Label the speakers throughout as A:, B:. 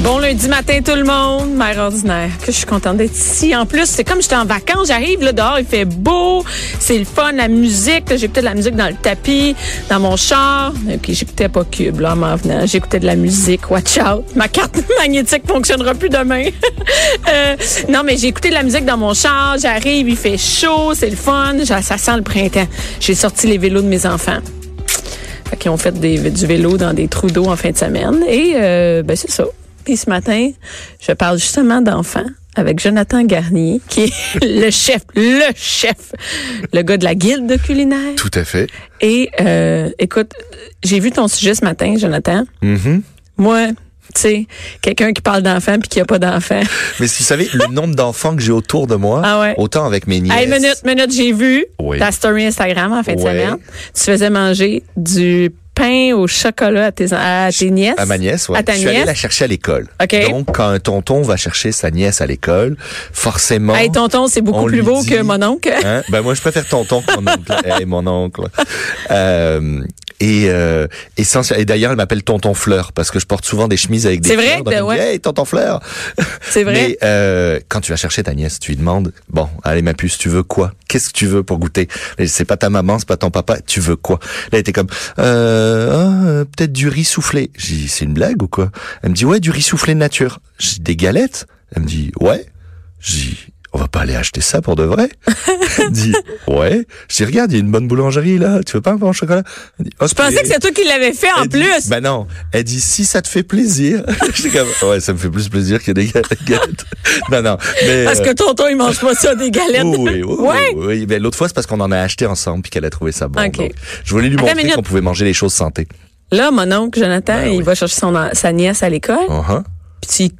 A: Bon lundi matin tout le monde, mère ordinaire. Que je suis contente d'être ici. En plus, c'est comme j'étais en vacances, j'arrive là dehors, il fait beau, c'est le fun, la musique. J'ai peut-être la musique dans le tapis, dans mon char. Ok, j'écoutais pas Cube là, en m'en venant. J'écoutais de la musique. Watch out, ma carte magnétique fonctionnera plus demain. Euh, non, mais j'ai écouté de la musique dans mon char. J'arrive, il fait chaud, c'est le fun, ça ça sent le printemps. J'ai sorti les vélos de mes enfants qui ont fait des- du vélo dans des trous d'eau en fin de semaine. Et euh, ben, c'est ça. Puis ce matin, je parle justement d'enfants avec Jonathan Garnier, qui est le chef, le chef, le gars de la guilde de culinaire.
B: Tout à fait.
A: Et euh, écoute, j'ai vu ton sujet ce matin, Jonathan.
B: Mm-hmm.
A: Moi, tu sais, quelqu'un qui parle d'enfants puis qui a pas d'enfants.
B: Mais si vous savez, le nombre d'enfants que j'ai autour de moi,
A: Ah ouais.
B: autant avec mes nièces.
A: Hey, minute, minute, j'ai vu
B: Oui.
A: ta story Instagram en fin de
B: Ouais.
A: semaine. Tu faisais manger du pain au chocolat à tes, à tes nièces.
B: À ma nièce, ouais.
A: À ta
B: Je suis allé
A: nièce.
B: la chercher à l'école.
A: OK.
B: Donc, quand un tonton va chercher sa nièce à l'école, forcément.
A: Hey, tonton, c'est beaucoup
B: on
A: plus
B: lui
A: beau
B: dit-
A: que mon oncle.
B: Hein? Ben moi, je préfère tonton que mon oncle. Eh, Hey, mon oncle. Euh, et euh, essentiel- et d'ailleurs, elle m'appelle tonton fleur parce que je porte souvent des chemises avec des
A: C'est
B: fleurs.
A: vrai
B: Donc,
A: que-
B: elle me dit,
A: ouais.
B: Hey, tonton fleur.
A: C'est vrai.
B: Mais euh, quand tu vas chercher ta nièce, tu lui demandes bon, allez ma puce, tu veux quoi Qu'est-ce que tu veux pour goûter Et C'est pas ta maman, c'est pas ton papa, tu veux quoi Là, elle était comme euh, ah, euh, peut-être du riz soufflé. J'ai dit c'est une blague ou quoi Elle me dit ouais, du riz soufflé nature. J'ai dit, des galettes. Elle me dit ouais. J'ai dit, on va pas aller acheter ça pour de vrai. Elle me dit ouais. Je dis regarde, il y a une bonne boulangerie là. Tu veux pas un pain au chocolat Elle dit, oh,
A: Je pensais que c'est toi qui l'avais fait en
B: elle dit-
A: plus.
B: Ben non. Elle dit, si ça te fait plaisir. J'étais comme, ouais, ça me fait plus plaisir que des galettes. non, non. Mais,
A: parce que
B: euh,
A: tonton, il mange pas ça, des galettes.
B: oui, oui, oui,
A: ouais.
B: oui, oui. Ben, l'autre fois, c'est parce qu'on en a acheté ensemble puis qu'elle a trouvé ça bon.
A: Ok.
B: Donc, je voulais lui
A: Attends une
B: montrer
A: minute.
B: qu'on pouvait manger les choses santé.
A: Là, mon oncle, Jonathan,
B: Ben
A: il
B: oui.
A: va chercher son, en- sa nièce à l'école.
B: Uh-huh.
A: Puis tu,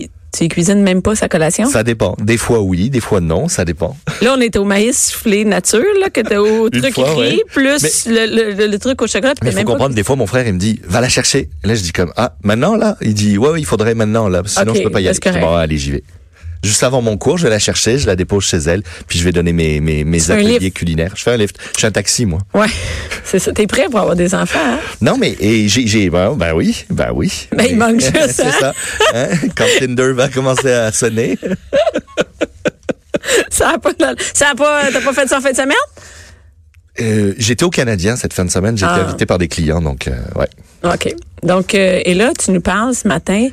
A: tu, tu y cuisines même pas sa collation.
B: Ça dépend. Des fois oui, des fois non, ça dépend.
A: Là, on était au maïs soufflé nature, là, que t'es au
B: Une
A: truc
B: fois,
A: écrit,
B: ouais.
A: plus le, le, le truc au chocolat. puis t'as
B: Mais il faut
A: même pas-
B: comprendre, des fois, mon frère, il me dit, va la chercher. Et là, je dis comme, ah, maintenant, là? Il dit, ouais, ouais, il faudrait maintenant, là. Sinon,
A: Ok,
B: je peux pas y
A: c'est
B: aller. Je dis,
A: correct.
B: Bon, allez, j'y vais. Juste avant mon cours, je vais la chercher, je la dépose chez elle, puis je vais donner mes, mes, mes
A: fais un
B: ateliers
A: lift.
B: culinaires. Je fais un lift. Je suis un taxi, moi.
A: Ouais, c'est ça. T'es prêt pour avoir des enfants, hein?
B: Non, mais, et j'ai, j'ai, ben, ben oui, ben oui.
A: Ben, il manque juste,
B: C'est
A: hein.
B: ça. Hein? Quand Tinder va commencer à sonner.
A: Ça a pas, ça a pas, t'as pas fait ça en fin de semaine?
B: Euh, j'étais au Canadien cette fin de semaine, j'étais
A: Ah.
B: invité par des clients, donc, euh, ouais.
A: OK. Donc, euh, et là, tu nous parles ce matin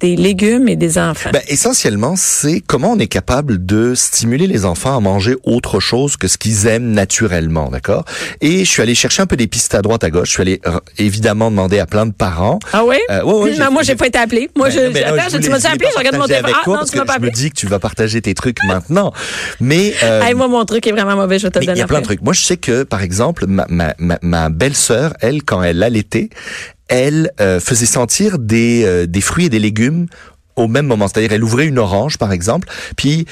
A: des légumes et des enfants.
B: Ben, essentiellement, c'est comment on est capable de stimuler les enfants à manger autre chose que ce qu'ils aiment naturellement, d'accord Et je suis allé chercher un peu des pistes à droite, à gauche. Je suis allé euh, évidemment demander à plein de parents.
A: ah oui?
B: Euh, ouais, ouais,
A: Non,
B: j'ai-
A: moi, j'ai pas été appelée. Moi,
B: Ben,
A: je,
B: non, ben,
A: attends,
B: non,
A: je-
B: voulais-
A: tu m'as
B: je voulais
A: appelé, je regarde mon
B: partager
A: téléphone.
B: avec
A: Ah,
B: toi
A: non,
B: parce
A: tu
B: que
A: m'as pas
B: Je me
A: appelé.
B: dis que tu vas partager tes trucs maintenant, mais euh,
A: Hey, moi, mon truc est vraiment mauvais, je vais te le
B: mais il
A: donner.
B: y a plein de
A: après.
B: trucs. Moi, je sais que, par exemple, ma, ma, ma, ma belle-sœur, elle, quand elle allaitait, elle euh, faisait sentir des, euh, des fruits et des légumes au même moment. C'est-à-dire, elle ouvrait une orange, par exemple, puis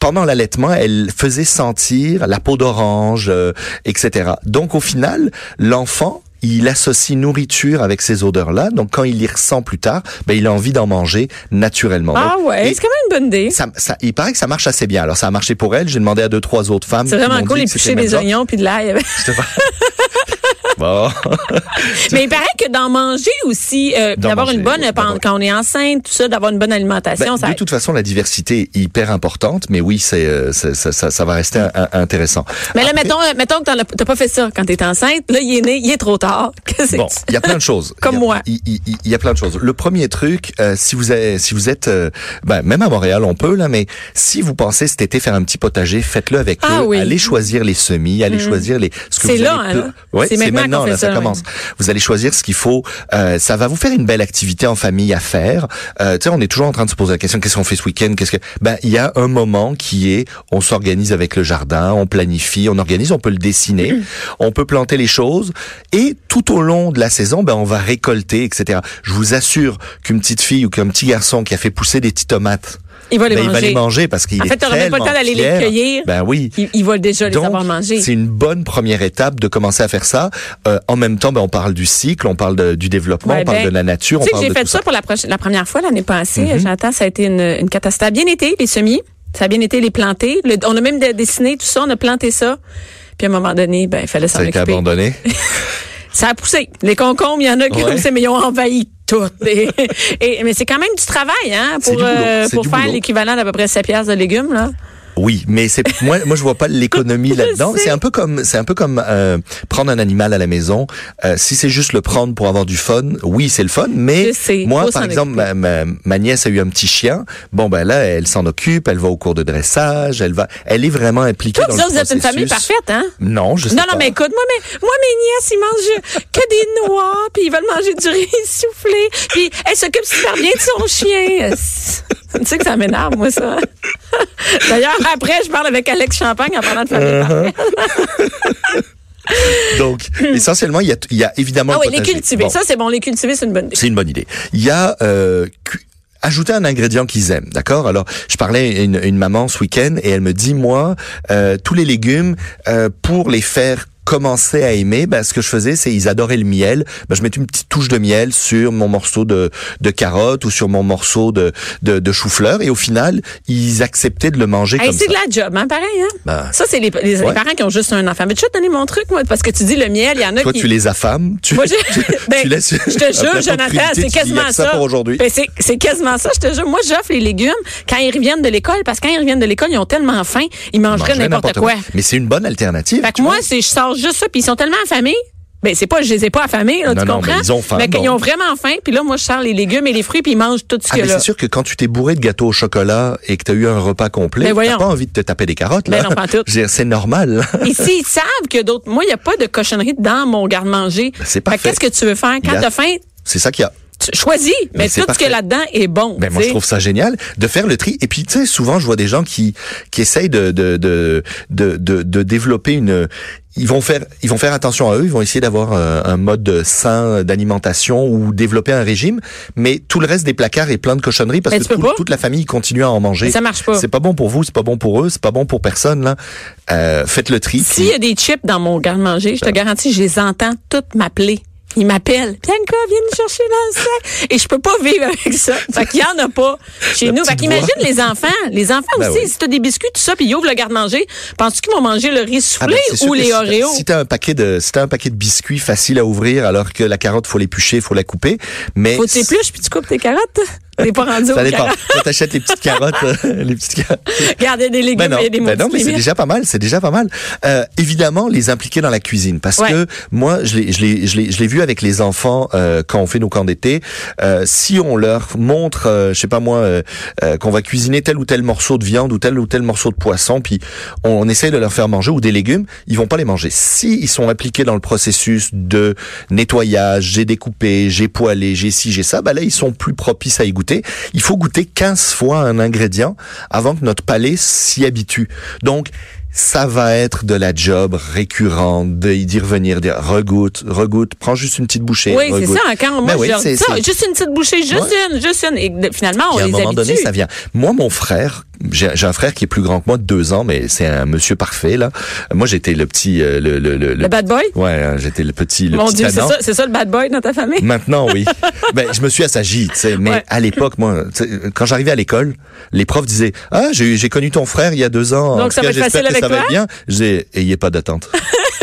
B: pendant l'allaitement, elle faisait sentir la peau d'orange, euh, etc. Donc, au final, l'enfant... Il associe nourriture avec ces odeurs-là, donc quand il y ressent plus tard, ben il a envie d'en manger naturellement.
A: Ah
B: Donc,
A: ouais,
B: et-
A: c'est quand même une bonne idée.
B: ça, ça- il paraît que ça marche assez bien. Alors ça a marché pour elle. J'ai demandé à deux trois autres femmes.
A: C'est
B: qui
A: vraiment
B: m'ont
A: cool, les
B: dit que
A: pichets
B: c'était le même
A: des
B: genre.
A: oignons puis de l'ail.
B: Bon.
A: Mais il paraît que d'en manger aussi, euh,
B: D'en
A: d'avoir une
B: manger,
A: bonne,
B: oui,
A: pen-
B: d'en manger.
A: quand on est enceinte, tout ça, d'avoir une bonne alimentation,
B: Ben,
A: ça
B: de toute façon, la diversité est hyper importante, mais oui, c'est euh, c'est- ça, ça, ça va rester un- un- intéressant.
A: Mm. Mais là,
B: Après-
A: mettons, euh, mettons que t'en as- t'as pas fait ça quand t'es enceinte. Là, il est né, il est trop tard. Qu'est-ce que
B: Bon,
A: tu-
B: il y a plein de choses.
A: Comme
B: Il y a-
A: moi.
B: Il il- il- il y, a plein de choses. Le premier truc, euh, si vous avez, si vous êtes, euh, ben, même à Montréal, on peut là, mais si vous pensez cet été faire un petit potager, faites-le avec
A: Ah
B: eux.
A: oui. Mm.
B: Allez choisir les semis, allez choisir les. ce que
A: C'est
B: vous
A: là,
B: allez
A: hein,
B: pla-
A: là.
B: Ouais,
A: C'est
B: c'est
A: maintenant
B: maintenant,
A: qu'on
B: là,
A: fait
B: ça,
A: ça,
B: commence. Vous allez choisir ce qu'il faut. Euh, ça va vous faire une belle activité en famille à faire. Euh, tu sais, on est toujours en train de se poser la question qu'est-ce qu'on fait ce week-end Qu'est-ce que Ben, il y a un moment qui est on s'organise avec le jardin, on planifie, on organise, on peut le dessiner,
A: Mm.
B: on peut planter les choses et tout au long de la saison, ben on va récolter, etc. Je vous assure qu'une petite fille ou qu'un petit garçon qui a fait pousser des petites tomates
A: Il va les
B: ben,
A: manger.
B: Il va les manger parce qu'il
A: En
B: est
A: fait, t'auras même pas le temps
B: tellement
A: d'aller les
B: fier.
A: cueillir.
B: Ben oui.
A: Ils, ils vont déjà
B: Donc,
A: les avoir mangés.
B: C'est une bonne première étape de commencer à faire ça. Euh, en même temps, ben, on parle du cycle, on parle de- du développement,
A: Ouais,
B: on parle
A: ben,
B: de la nature,
A: Tu sais que
B: on parle
A: j'ai
B: de
A: fait
B: tout ça. Mm-hmm.
A: ça pour la, proche- la première fois l'année passée. J'entends, ça a été une, une catastrophe. Ça a bien été, les semis. Ça a bien été, les planter. Le- on a même dé- dessiné tout ça, on a planté ça. Puis à un moment donné, ben, il fallait s'en
B: Ça a été
A: occuper.
B: abandonné.
A: Ça a poussé. Les concombres, il y en a qui
B: Ouais.
A: comme ça, mais ils ont envahi tout. Et, et- mais c'est quand même du travail, hein,
B: C'est
A: pour,
B: du boulot.
A: euh,
B: C'est
A: pour
B: du
A: faire
B: boulot.
A: l'équivalent d'à peu près 7 piastres de légumes, là.
B: Oui, mais c'est moi, moi je vois pas l'économie là-dedans.
A: sais.
B: C'est un peu comme c'est un peu comme euh, prendre un animal à la maison. Euh, si c'est juste le prendre pour avoir du fun, oui c'est le fun. Mais
A: Je sais,
B: moi
A: faut
B: par
A: s'en
B: exemple ma, ma, ma nièce a eu un petit chien. Bon ben là elle s'en occupe, elle va au cours de dressage, elle va, elle est vraiment impliquée
A: Toi,
B: dans
A: vous
B: le
A: autres, vous êtes une famille
B: processus.
A: parfaite, hein?
B: Non, je sais
A: Non,
B: pas.
A: non, mais écoute, moi, mes, moi, mes nièces, ils mangent que des noix, puis ils veulent manger du riz soufflé, puis elle s'occupe super bien de son chien. Tu sais que ça m'énerve, moi, ça. D'ailleurs, après, je parle avec Alex Champagne en parlant de famille
B: Uh-huh.
A: parfaite.
B: Donc essentiellement il y a, il y a évidemment
A: Ah
B: le
A: oui, les
B: potager.
A: cultiver.
B: Bon.
A: Ça, c'est bon, les cultiver, c'est une bonne idée.
B: C'est une bonne idée. Il y a euh, cu- ajouter un ingrédient qu'ils aiment, d'accord Alors, je parlais à une, une maman ce week-end et elle me dit, moi, euh, tous les légumes, euh, pour les faire commencer à aimer, ben, ce que je faisais, c'est ils adoraient le miel. Ben, je mettais une petite touche de miel sur mon morceau de, de carotte ou sur mon morceau de, de, de chou-fleur et au final, ils acceptaient de le manger
A: Hey,
B: comme ça.
A: c'est de la job, hein, pareil. Hein?
B: Ben,
A: ça, c'est les, les- les
B: ouais.
A: parents qui ont juste un enfant. Mais tu te donner mon truc, moi, parce que tu dis le miel, il y en a
B: Toi,
A: qui...
B: tu les affames, tu,
A: Moi, je,
B: tu-
A: ben,
B: tu laisses.
A: je te jure, Jonathan, c'est quasiment ça.
B: pour aujourd'hui.
A: Ben, c'est, c'est quasiment ça, je te jure. Moi, j'offre les légumes quand ils reviennent de l'école, parce que quand ils reviennent de l'école, ils ont tellement faim, ils mangeraient
B: Manger
A: n'importe quoi.
B: Mais c'est une bonne alternative.
A: Fait que
B: tu
A: moi, c'est, je sors juste ça, puis ils sont tellement affamés. Ben, c'est pas, je les ai pas affamés, là,
B: Non,
A: tu
B: non,
A: comprends?
B: mais ils ont faim,
A: Mais qu'ils
B: bon.
A: ont vraiment faim, puis là, moi, je sors les légumes et les fruits, puis ils mangent tout ce
B: Ah,
A: que
B: mais
A: là.
B: c'est sûr que quand tu t'es bourré de gâteau au chocolat et que tu as eu un repas
A: Ben
B: complet,
A: voyons.
B: t'as pas envie de te taper des carottes,
A: Ben
B: là.
A: non, pas en tout.
B: Je veux dire, c'est normal.
A: Et s'ils savent que d'autres, moi, il n'y a pas de cochonnerie dans mon garde-manger.
B: Ben, c'est
A: Fait que
B: parfait.
A: Qu'est-ce que tu veux faire?
B: Il y
A: Quand
B: a-
A: t'as faim,
B: C'est ça qu'il y a.
A: tu choisis. Mais,
B: Mais
A: tout
B: Ben, c'est
A: ce qu'il y a
B: parfait.
A: là-dedans est bon.
B: Ben,
A: tu
B: moi, je
A: sais.
B: trouve ça génial de faire le tri. Et puis, tu sais, souvent, je vois des gens qui, qui essayent de, de, de, de, de, de développer une, ils vont faire, ils vont faire attention à eux. Ils vont essayer d'avoir euh, un mode sain d'alimentation ou développer un régime. Mais tout le reste des placards est plein de cochonneries parce
A: Mais
B: que
A: Ben, tu peux
B: tout-
A: pas.
B: toute la famille continue à en manger.
A: Mais ça marche pas.
B: C'est pas bon pour vous, c'est pas bon pour eux, c'est pas bon pour personne, là. Euh, faites le tri.
A: S'il y a des chips dans mon garde-manger, je te garantis, je les entends toutes m'appeler. Ils m'appellent. Bianca, viens nous chercher dans le sac. Et je peux pas vivre avec ça. Fait qu'il y en a pas chez
B: La
A: nous. Fait
B: petite
A: qu'imagine
B: voix.
A: les enfants. Les enfants
B: Ben
A: aussi,
B: oui.
A: si t'as des biscuits, tout ça, puis ils ouvrent le garde-manger, penses-tu qu'ils vont manger le riz
B: Ah
A: soufflé
B: ben, c'est sûr
A: ou
B: que
A: les
B: si t'as-
A: Oreos?
B: Si t'as un paquet de, si t'as un paquet de biscuits facile à ouvrir, alors que la carotte faut l'éplucher, faut la couper, mais
A: Faut que t'épluches puis tu coupes tes carottes. T'es pas rendu
B: ça
A: aux
B: dépend.
A: carottes.
B: Quand t'achètes les petites carottes, euh, les petites carottes.
A: Garder des légumes
B: Ben non,
A: et des
B: ben non, mais
A: moustiques.
B: c'est déjà pas mal, c'est déjà pas mal. Euh, évidemment, les impliquer dans la cuisine, parce
A: Ouais.
B: que moi, je l'ai, je l'ai, je l'ai, je l'ai vu avec les enfants euh, quand on fait nos camps d'été. Euh, si on leur montre, euh, je sais pas moi, euh, euh, qu'on va cuisiner tel ou tel morceau de viande ou tel ou tel morceau de poisson, puis on, on essaye de leur faire manger ou des légumes, ils vont pas les manger. Si ils sont impliqués dans le processus de nettoyage, j'ai découpé, j'ai poêlé, j'ai ci, j'ai ça, bah là ils sont plus propices à y goûter. Il faut goûter 15 fois un ingrédient avant que notre palais s'y habitue. Donc ça va être de la job récurrente, de- d'y revenir, dire regoute, regoute, prends juste une petite bouchée.
A: Oui, c'est
B: regoute.
A: ça. hein. Quand moi,
B: Ben oui,
A: je leur dis
B: c'est-
A: ça,
B: c'est-
A: juste une petite bouchée, juste
B: Ouais.
A: une, juste une. Et de- finalement, on
B: puis à un
A: les
B: moment
A: habitue.
B: donné, ça vient. Moi, mon frère, j'ai j'ai un frère qui est plus grand que moi de deux ans, mais c'est un monsieur parfait là. Moi, j'étais le petit, euh, le, le, le,
A: Le bad boy?
B: Ouais, hein, j'étais le petit, le
A: Mon
B: petit
A: Dieu, c'est
B: tannant.
A: ça, c'est ça le bad boy dans ta famille?
B: Maintenant, oui. ben, je me suis assagi, tu sais. Mais
A: Ouais.
B: à l'époque, moi, tu sais, quand j'arrivais à l'école, les profs disaient Ah, j'ai j'ai connu ton frère il y a deux ans.
A: Donc,
B: En tout
A: ça va
B: cas,
A: être
B: j'espère
A: facile
B: que ça
A: avec
B: va
A: toi?
B: être bien. J'ai ayez pas d'attente.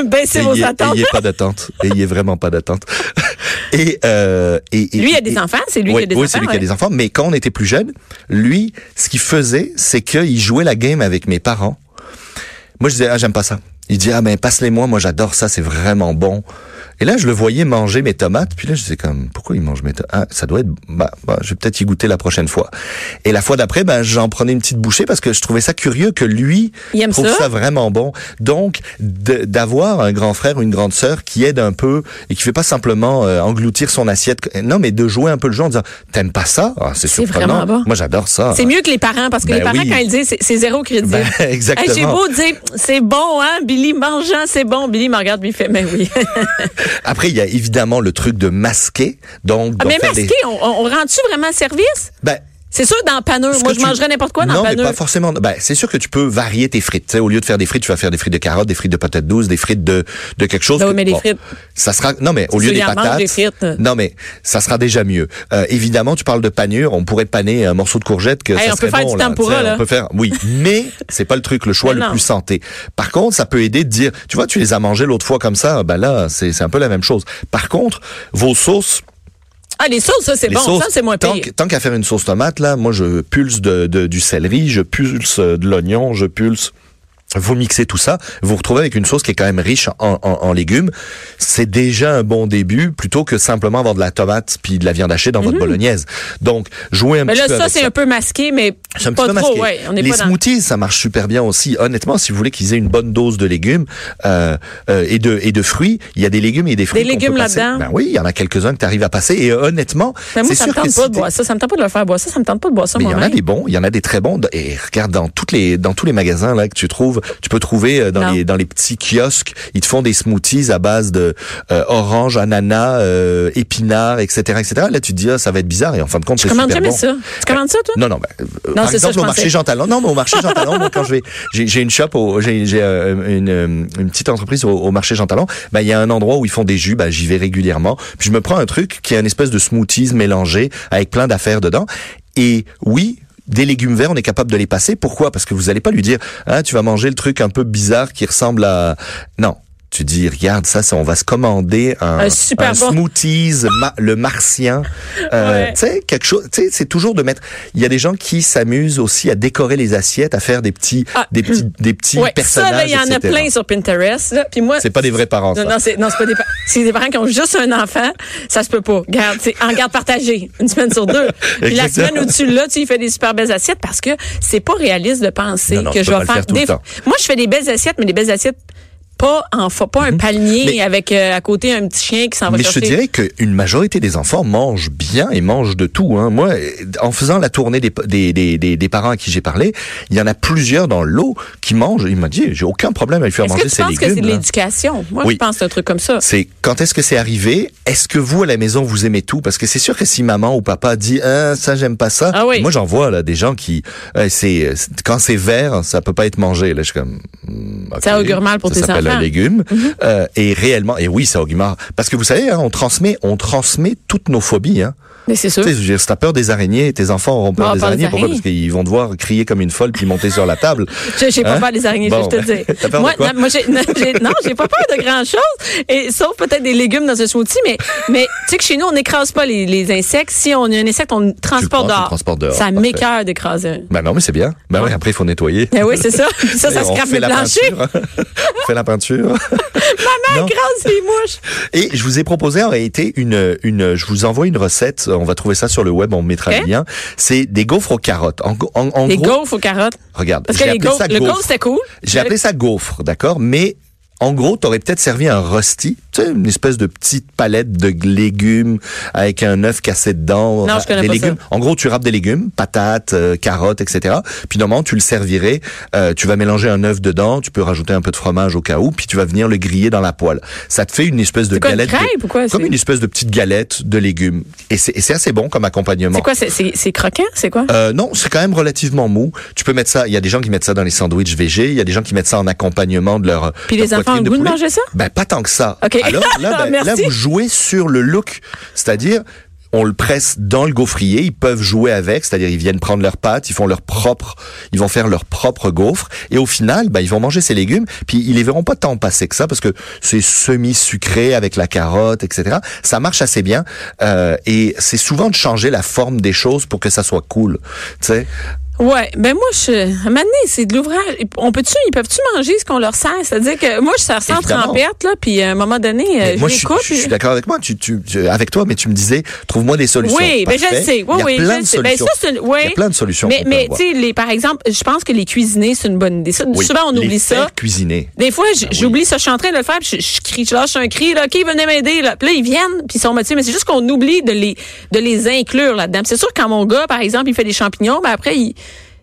A: Baissez vos
B: Ayez,
A: attentes.
B: ayez pas d'attente. ayez vraiment pas d'attente. et, euh, et, et-
A: Lui, il a
B: et-
A: des enfants, c'est lui
B: oui,
A: qui a des
B: oui,
A: enfants.
B: c'est lui qui
A: ouais.
B: a des enfants. Mais quand on était plus jeune, lui, ce qu'il faisait, c'est qu'il jouait la game avec mes parents. Moi, je disais, ah, j'aime pas ça. Il dit, ah, ben, passe-les moi, moi, j'adore ça, c'est vraiment bon. Et là, je le voyais manger mes tomates, puis là, je disais comme, pourquoi il mange mes tomates? Ah, ça doit être, bah, bah, je vais peut-être y goûter la prochaine fois. Et la fois d'après, ben, j'en prenais une petite bouchée parce que je trouvais ça curieux que lui
A: Il aime
B: trouve
A: ça.
B: ça vraiment bon. Donc, de- d'avoir un grand frère ou une grande sœur qui aide un peu et qui fait pas simplement euh, engloutir son assiette. Non, mais de jouer un peu le jeu en disant, t'aimes pas ça? Ah, c'est
A: C'est
B: surprenant.
A: vraiment bon.
B: Moi, j'adore ça.
A: C'est mieux que les parents, parce que
B: Ben
A: les parents,
B: oui.
A: quand ils disent, c'est- c'est zéro crédible.
B: Ben, exactement.
A: Hey, J'ai beau dire, c'est bon, hein, Billy, mangeant, c'est bon. Billy me regarde, puis il fait, mais oui.
B: Après, il y a évidemment le truc de masquer. Donc,
A: Ah,
B: d'en
A: mais
B: faire des-
A: masqué, on, on- on rend-tu vraiment service?
B: Ben,
A: C'est sûr, dans panure. Euh,
B: Ce
A: Moi,
B: que
A: je
B: tu-
A: mangerais n'importe quoi dans
B: Non, mais
A: panure.
B: pas forcément. Ben, c'est sûr que tu peux varier tes frites. Tu sais, au lieu de faire des frites, tu vas faire des frites de carottes, des frites de patates douces, des frites de, de quelque chose.
A: Ben
B: que-
A: oui, mais les frites-
B: Ça sera. Non, mais au
A: Ceux
B: lieu des
A: qui en mangent
B: patates.
A: des frites.
B: Non, mais ça sera déjà mieux. Euh, évidemment, tu parles de panure. On pourrait paner un morceau de courgette que
A: Hey,
B: ça
A: on peut
B: serait
A: faire
B: bon,
A: du
B: là.
A: tempura,
B: Tu sais,
A: là.
B: On peut faire. Oui, mais c'est pas le truc, le choix
A: Mais
B: le
A: non.
B: plus santé. Par contre, ça peut aider de dire. Tu vois, tu les as mangés l'autre fois comme ça. Ben là, c'est c'est un peu la même chose. Par contre, vos sauces.
A: Ah, les sauces, ça, c'est
B: Les
A: bon.
B: sauces,
A: Ça, c'est moins
B: tant
A: pire.
B: que- Tant qu'à faire une sauce tomate, là, moi, je pulse de, de- du céleri, je pulse euh, de l'oignon, je pulse. Vous mixez tout ça, vous vous retrouvez avec une sauce qui est quand même riche en, en- en légumes. C'est déjà un bon début, plutôt que simplement avoir de la tomate puis de la viande hachée dans votre bolognaise. Donc, jouez un
A: Mhm. Mais
B: petit
A: là,
B: peu
A: ça,
B: avec
A: c'est un peu masqué, mais
B: c'est un petit
A: pas
B: peu
A: trop.
B: masqué.
A: Ouais, on n'est
B: les
A: pas dans...
B: smoothies, ça marche super bien aussi. Honnêtement, si vous voulez qu'ils aient une bonne dose de légumes euh, euh, et de et de fruits, il y a des légumes et des fruits.
A: Des
B: qu'on peut
A: légumes
B: passer.
A: là-dedans?
B: Ben oui, il y en a quelques-uns que tu arrives à passer. Et euh, honnêtement,
A: Mais moi,
B: c'est
A: ça me
B: sûr que
A: tente
B: si
A: pas de
B: t'es-
A: boire ça. Ça me tente pas de le faire boire ça. Ça me tente pas de boire ça hein.
B: mais il y en a
A: moi-même.
B: des bons, il y en a des très bons. Et regarde dans toutes les dans tous les magasins là que tu trouves, tu peux trouver euh, dans
A: Non.
B: les dans les petits kiosques, ils te font des smoothies à base de euh, orange, ananas, euh, épinards, etc., etc. Là tu te dis ah, ça va être bizarre et en fin de compte
A: Tu
B: c'est
A: commandes
B: super
A: jamais
B: bon.
A: ça. Tu commandes ça, toi?
B: Non, non, ben, euh,
A: Non,
B: par
A: c'est ça,
B: exemple,
A: je
B: au
A: pensais.
B: marché Jean Talon. Non, mais au marché Jean Talon, moi, quand je vais, j'ai, j'ai une shop, au- j'ai, j'ai, euh, une, euh, une petite entreprise au, au marché Jean Talon. Ben, il y a un endroit où ils font des jus. Ben, j'y vais régulièrement. Puis je me prends un truc qui est un espèce de smoothies mélangé avec plein d'affaires dedans. Et oui. Des légumes verts, on est capable de les passer. Pourquoi Parce que vous allez pas lui dire, ah, tu vas manger le truc un peu bizarre qui ressemble à. Non, tu dis, regarde ça, ça on va se commander un,
A: Un super bon-
B: smoothies, ma- le martien. Euh,
A: Ouais.
B: Tu sais, quelque chose, tu sais, c'est toujours de mettre. Il y a des gens qui s'amusent aussi à décorer les assiettes, à faire des petits,
A: Ah.
B: des petits, des petits
A: Ouais,
B: personnages.
A: ça, là, il y en a
B: etc..
A: plein sur Pinterest. là. Puis moi,
B: C'est pas des vrais parents. ça.
A: Non, non, c'est, non, c'est pas des parents. C'est des parents qui ont juste un enfant. Ça se peut pas. Garde, c'est en garde partagée. Une semaine sur deux. Puis la
B: Exactement.
A: semaine où tu l'as, tu y fais des super belles assiettes parce que c'est pas réaliste de penser
B: Non, non,
A: que
B: tu
A: je
B: peux
A: vais
B: pas le faire tout le
A: des-
B: temps.
A: Moi, je fais des belles assiettes, mais des belles assiettes pas en fa- pas un panier
B: Mhm. Mais-
A: avec euh, à côté un petit chien qui s'en va
B: Mais je te
A: chercher.
B: dirais qu'une majorité des enfants mangent bien et mangent de tout. Hein. Moi, euh, en faisant la tournée des, des, des, des, des parents à qui j'ai parlé, il y en a plusieurs dans l'eau qui mangent. Il m'a dit, j'ai aucun problème à lui faire
A: Est-ce
B: manger
A: que tu
B: ses
A: penses
B: légumes.
A: que c'est de
B: là.
A: l'éducation? Moi,
B: Oui.
A: je pense que c'est un truc comme ça.
B: c'est quand est-ce que c'est arrivé Est-ce que vous à la maison vous aimez tout Parce que c'est sûr que si maman ou papa dit ah, ça j'aime pas ça,
A: Ah oui.
B: moi j'en vois là des gens qui euh, c'est euh, c'est- quand c'est vert ça peut pas être mangé là je suis comme hmm,
A: Ça
B: ok,
A: augure mal pour
B: ça
A: tes
B: s'appelle un
A: enfants. Mhm.
B: légume Euh, et réellement et oui ça augure mal parce que vous savez hein, on transmet on transmet toutes nos phobies hein.
A: Mais c'est sûr.
B: Tu sais, je veux dire, si t'as peur des araignées, tes enfants auront peur
A: Ah,
B: des
A: peur des
B: araignées. Pourquoi
A: araignées.
B: Parce qu'ils vont devoir crier comme une folle puis monter sur la table.
A: J'ai j'ai pas
B: Hein?
A: peur des araignées,
B: Bon.
A: je vais te le
B: T'as
A: dis.
B: peur de
A: Moi,
B: quoi?
A: non, moi, j'ai- non, j'ai- non, j'ai pas peur de grand chose, et sauf peut-être des légumes dans un smoothie, mais, mais tu sais que chez nous, on n'écrase pas les, les insectes. Si on a un insecte, on le
B: prends,
A: transporte,
B: tu le
A: dehors.
B: transportes dehors,
A: Ça
B: parfait.
A: m'écœure d'écraser un.
B: Ben non, mais c'est bien. Ben oui, après il faut nettoyer.
A: Ben oui, c'est ça. Puis ça, ça
B: on
A: scrape
B: fait
A: le
B: la
A: plancher.
B: peinture. on fait la peinture.
A: Maman
B: Non.
A: écrase les mouches.
B: Et je vous ai proposé en réalité une, une, je vous envoie une recette. On va trouver ça sur le web, on mettra
A: Ok.
B: le lien. C'est des gaufres aux carottes. En, go- en, en
A: Les
B: gros,
A: gaufres aux carottes.
B: regarde,
A: Parce que
B: j'ai
A: les
B: appelé
A: gaufres,
B: ça
A: le gaufre,
B: gaufre.
A: c'était cool.
B: J'ai appelé ça gaufre, d'accord, mais en gros, t'aurais peut-être servi un rosti, tu sais, une espèce de petite palette de légumes avec un œuf cassé dedans.
A: Non, je connais
B: des
A: pas
B: légumes. En gros, tu râpes des légumes, patates, euh, carottes, etc. Puis normalement, tu le servirais, euh, tu vas mélanger un œuf dedans, tu peux rajouter un peu de fromage au cas où, puis tu vas venir le griller dans la poêle. Ça te fait une espèce de
A: C'est quoi, une
B: galette, de-
A: crêpe ou quoi,
B: comme
A: c'est-
B: une espèce de petite galette de légumes. Et c'est et c'est assez bon comme accompagnement.
A: C'est quoi? c'est- C'est c'est croquant? C'est quoi?
B: Euh, non, c'est quand même relativement mou. Tu peux mettre ça. Il y a des gens qui mettent ça dans les sandwichs végé. Il y a des gens qui mettent ça en accompagnement de leur.
A: Puis
B: leur
A: les enfants ont
B: poitrine
A: le goût de
B: poulet.
A: manger ça?
B: Ben pas tant que ça.
A: Ok.
B: Alors là, ben, là
A: Merci.
B: vous jouez sur le look, c'est-à-dire. On le presse dans le gaufrier, ils peuvent jouer avec, c'est-à-dire ils viennent prendre leurs pâtes, ils font leur propre, ils vont faire leur propre gaufre, et au final, ben, ils vont manger ces légumes, puis ils les verront pas tant passer que ça, parce que c'est semi-sucré avec la carotte, etc. Ça marche assez bien, euh, et c'est souvent de changer la forme des choses pour que ça soit cool, tu sais.
A: Ouais, ben moi je à un moment donné, c'est de l'ouvrage. On peut-tu ils peuvent-tu manger ce qu'on leur sert, c'est-à-dire que moi je sers sans
B: Évidemment.
A: trempette là puis à un moment donné euh,
B: Mais
A: je
B: moi, je,
A: les
B: suis-
A: coupe.
B: je suis
A: puis-
B: d'accord avec moi, tu, tu, tu- avec toi, mais tu me disais, trouve-moi des solutions.
A: oui, ben je
B: Parfait.
A: le sais.
B: Il
A: Oui
B: y a
A: oui,
B: plein
A: je
B: de
A: le sais. Ben,
B: solutions.
A: ça, c'est une- ouais.
B: Il y a plein de solutions.
A: Mais
B: qu'on peut
A: mais
B: avoir.
A: tu sais les par exemple, je pense que les cuisiner c'est une bonne idée. Ça,
B: Oui,
A: souvent on
B: les
A: oublie ça.
B: faire cuisiner.
A: Des fois, j-
B: Ben oui.
A: j'oublie ça, je suis en train de le faire, puis je, je crie, je lâche un cri, là, OK, venez m'aider, là. Puis là, ils viennent, puis ils sont motivés, mais c'est juste qu'on oublie de les, de les inclure là-dedans. Puis C'est sûr, quand mon gars, par exemple, il fait des champignons, ben après, il,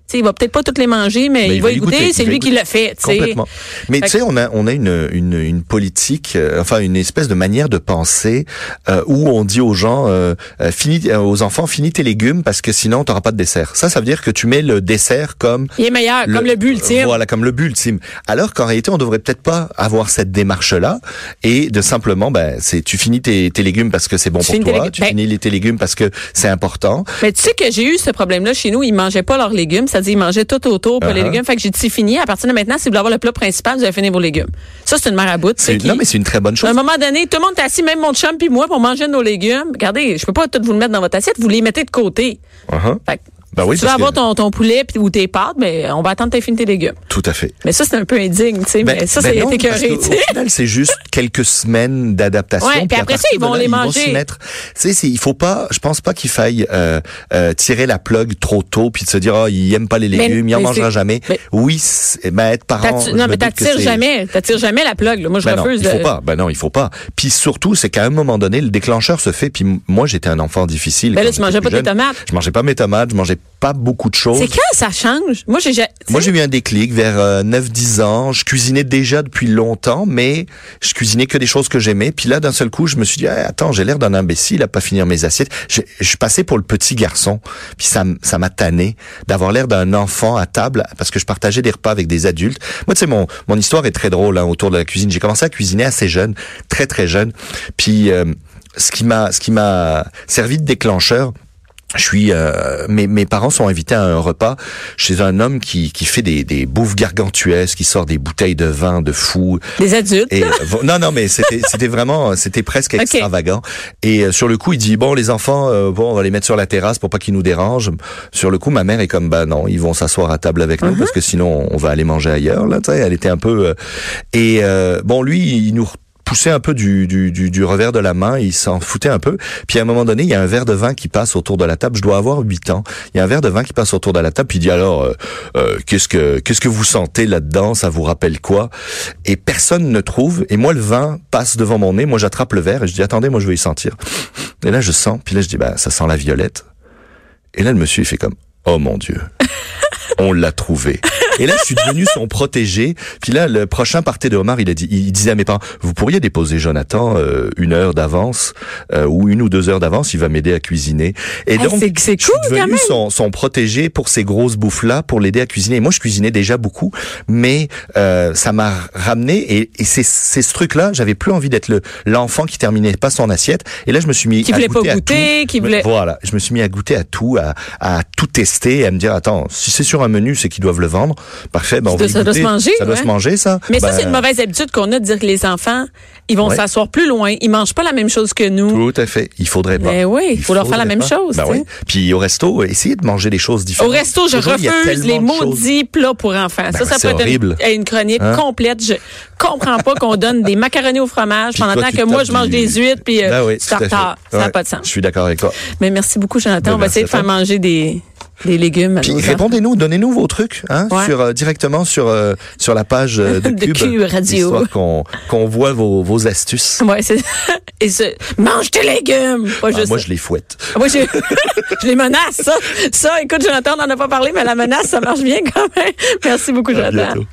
A: sais, il va peut-être pas toutes les manger, mais, il va y goûter. c'est
B: Ben, il va
A: lui
B: y
A: qui l'a fait. tu sais.
B: Complètement. Mais
A: Fait
B: tu sais, on a on a une une, une politique, euh, enfin une espèce de manière de penser euh, où on dit aux gens, euh, euh, fini euh, aux enfants, finis tes légumes parce que sinon t'auras pas de dessert. Ça, ça veut dire que tu mets le dessert comme
A: Il est meilleur, comme le but ultime.
B: Voilà, comme le but ultime. Alors qu'en réalité, on devrait peut-être pas avoir cette démarche-là et de simplement, ben, c'est tu finis tes, tes légumes parce que c'est bon
A: Tu
B: pour
A: finis tes
B: toi,
A: légumes.
B: tu
A: Ben-
B: finis les- tes légumes parce que c'est important.
A: Mais tu sais que j'ai eu ce problème-là chez nous. Ils mangeaient pas leurs légumes. C'est-à-dire, ils mangeaient tout autour, pas les
B: Uh-huh.
A: légumes. Fait que j'ai dit, c'est fini. À partir de maintenant, si vous voulez avoir le plat principal, vous allez finir vos légumes. Ça, c'est une maraboute.
B: C'est- Non, mais c'est une très bonne
A: À
B: chose.
A: un moment donné, tout le monde est assis, même mon chum puis moi, pour manger nos légumes. Regardez, je peux pas tout vous le mettre dans votre assiette. Vous les mettez de côté.
B: Uh-huh.
A: Fait que
B: Ben
A: si
B: oui,
A: tu vas
B: parce
A: avoir
B: que-
A: ton, ton poulet pis- ou tes pâtes, mais on va attendre que tu fini tes légumes.
B: Tout à fait.
A: Mais ça, c'est un peu indigne, tu sais.
B: Ben-
A: mais ça,
B: ben
A: c'est
B: non, parce
A: écœuré,
B: que
A: tu sais.
B: Au final, c'est juste quelques semaines d'adaptation.
A: Ouais, puis
B: à
A: après ça,
B: partir
A: ils vont
B: de là,
A: les
B: Ils
A: manger.
B: vont s'y mettre. Tu sais, c'est- il faut pas, je pense pas qu'il faille euh, euh, tirer la plug trop tôt puis de se dire, oh, il aime pas les
A: Mais-
B: légumes, il en
A: mais
B: mangera
A: c'est-
B: jamais.
A: mais-
B: oui, c'est- ben, être parent.
A: T'attu-
B: je
A: Non,
B: me
A: mais
B: doute que
A: t'attires
B: c'est-
A: jamais. T'attires jamais la plug. là. Moi, je
B: Ben non,
A: refuse
B: il faut
A: de-
B: pas. Ben non, il faut pas. Puis surtout, c'est qu'à un moment donné, le déclencheur se fait. Puis m- moi, j'étais un enfant difficile.
A: Ben là,
B: quand
A: tu
B: j'étais
A: mangeais
B: plus
A: pas tes
B: jeune.
A: tomates.
B: Je mangeais pas mes tomates. Je mangeais pas beaucoup de choses.
A: C'est quand ça change? Moi, j'ai. j'ai-
B: Moi, j'ai eu un déclic vers 9-10 ans. Je cuisinais déjà depuis longtemps, mais je cuisinais que des choses que j'aimais. Puis là, d'un seul coup, je me suis dit, Ah, attends, j'ai l'air d'un imbécile à pas finir mes assiettes. Je, je passais pour le petit garçon. Puis ça, m- ça m'a tanné d'avoir l'air d'un enfant à table parce que je partageais des repas avec des adultes. Moi, tu sais, mon, mon histoire est très drôle hein, autour de la cuisine. J'ai commencé à cuisiner assez jeune, très très jeune. Puis euh, ce qui m'a ce qui m'a servi de déclencheur, je suis, euh, mes, mes parents sont invités à un repas chez un homme qui, qui fait des, des bouffes gargantuesques, qui sort des bouteilles de vin de fou.
A: Des adultes.
B: Et, euh, vo- non, non, mais c'était c'était vraiment, euh, c'était presque
A: Ok.
B: extravagant. Et euh, sur le coup, il dit bon, les enfants, euh, bon, on va les mettre sur la terrasse pour pas qu'ils nous dérangent. Sur le coup, ma mère est comme bah non, ils vont s'asseoir à table avec nous parce que sinon, on va aller manger ailleurs. Là, tu sais, elle était un peu. euh, et euh, bon, lui, il nous poussait un peu du, du, du, du revers de la main, il s'en foutait un peu. Puis à un moment donné, il y a un verre de vin qui passe autour de la table. Je dois avoir 8 ans. Il y a un verre de vin qui passe autour de la table. Puis il dit alors, euh, euh, qu'est-ce que qu'est-ce que vous sentez là-dedans Ça vous rappelle quoi Et personne ne trouve. Et moi, le vin passe devant mon nez. Moi, j'attrape le verre et je dis attendez, moi, je veux y sentir. Et là, je sens. Puis là, je dis bah ça sent la violette. Et là, le monsieur, il fait comme oh mon dieu. On l'a trouvé. Et là, je suis devenu son protégé. Puis là, le prochain partait de Omar, il a dit, il disait à mes parents, vous pourriez déposer Jonathan euh, une heure d'avance euh, ou une ou deux heures d'avance, il va m'aider à cuisiner. Et
A: Ah,
B: donc,
A: c'est- c'est
B: je suis
A: cool, quand
B: devenu
A: même.
B: son, son protégé pour ces grosses bouffes-là, pour l'aider à cuisiner. Et moi, je cuisinais déjà beaucoup, mais euh, ça m'a ramené. Et, et c'est c'est ce truc-là, j'avais plus envie d'être le l'enfant qui terminait pas son assiette. Et là, je me suis mis
A: Qui
B: à
A: voulait pas
B: à
A: goûter,
B: tout.
A: qui
B: Me-
A: voulait-
B: voilà, je me suis mis à goûter à tout, à, à tout tester, à me dire attends, si c'est sur un menu, c'est qu'ils doivent le vendre. Parfait, ben on
A: Ça
B: va y
A: doit- ça doit
B: goûter.
A: se manger,
B: ça doit
A: ouais.
B: se manger ça.
A: Mais ça,
B: Ben,
A: c'est une mauvaise habitude qu'on a de dire que les enfants, ils vont
B: Ouais.
A: s'asseoir plus loin. Ils mangent pas la même chose que nous.
B: Tout à fait, il faudrait pas.
A: Ben oui, il faut leur faire la
B: faudrait
A: même
B: pas.
A: chose,
B: Ben
A: tu sais.
B: oui. Puis au resto, essayez de manger des choses
A: Au
B: différentes.
A: resto, je
B: Aujourd'hui, il y a
A: refuse
B: tellement
A: les
B: de choses.
A: maudits plats pour enfants. ça,
B: oui,
A: ça
B: c'est
A: peut
B: horrible.
A: être une, une chronique
B: Hein?
A: complète. Je comprends pas qu'on donne des macaronis au fromage
B: Puis
A: pendant
B: toi,
A: tant
B: tu
A: que
B: tapes
A: moi, je mange
B: du-
A: des huîtres puis euh,
B: Ben oui,
A: du
B: tout à fait.
A: tartare. Ça n'a
B: Ouais,
A: pas de
B: Je
A: sens.
B: suis d'accord avec toi.
A: Mais merci beaucoup, Jonathan.
B: Ben,
A: On va essayer de
B: merci à
A: faire
B: toi.
A: manger des, des légumes à
B: Puis
A: nos enfants.
B: répondez-nous, donnez-nous vos trucs hein,
A: euh, Ouais.
B: sur euh, directement sur euh, sur la page euh, de,
A: De
B: Cube,
A: Cube Radio.
B: histoire qu'on qu'on voit vos, vos astuces.
A: Ouais, c'est et ce, mange tes légumes. Pas
B: Ah,
A: juste
B: moi,
A: ça.
B: je les fouette.
A: Ah, Moi, je, je les menace, ça. Ça, écoute, Jonathan, on n'en a pas parlé, mais la menace, ça marche bien quand même. Merci beaucoup,
B: À
A: Jonathan.
B: bientôt.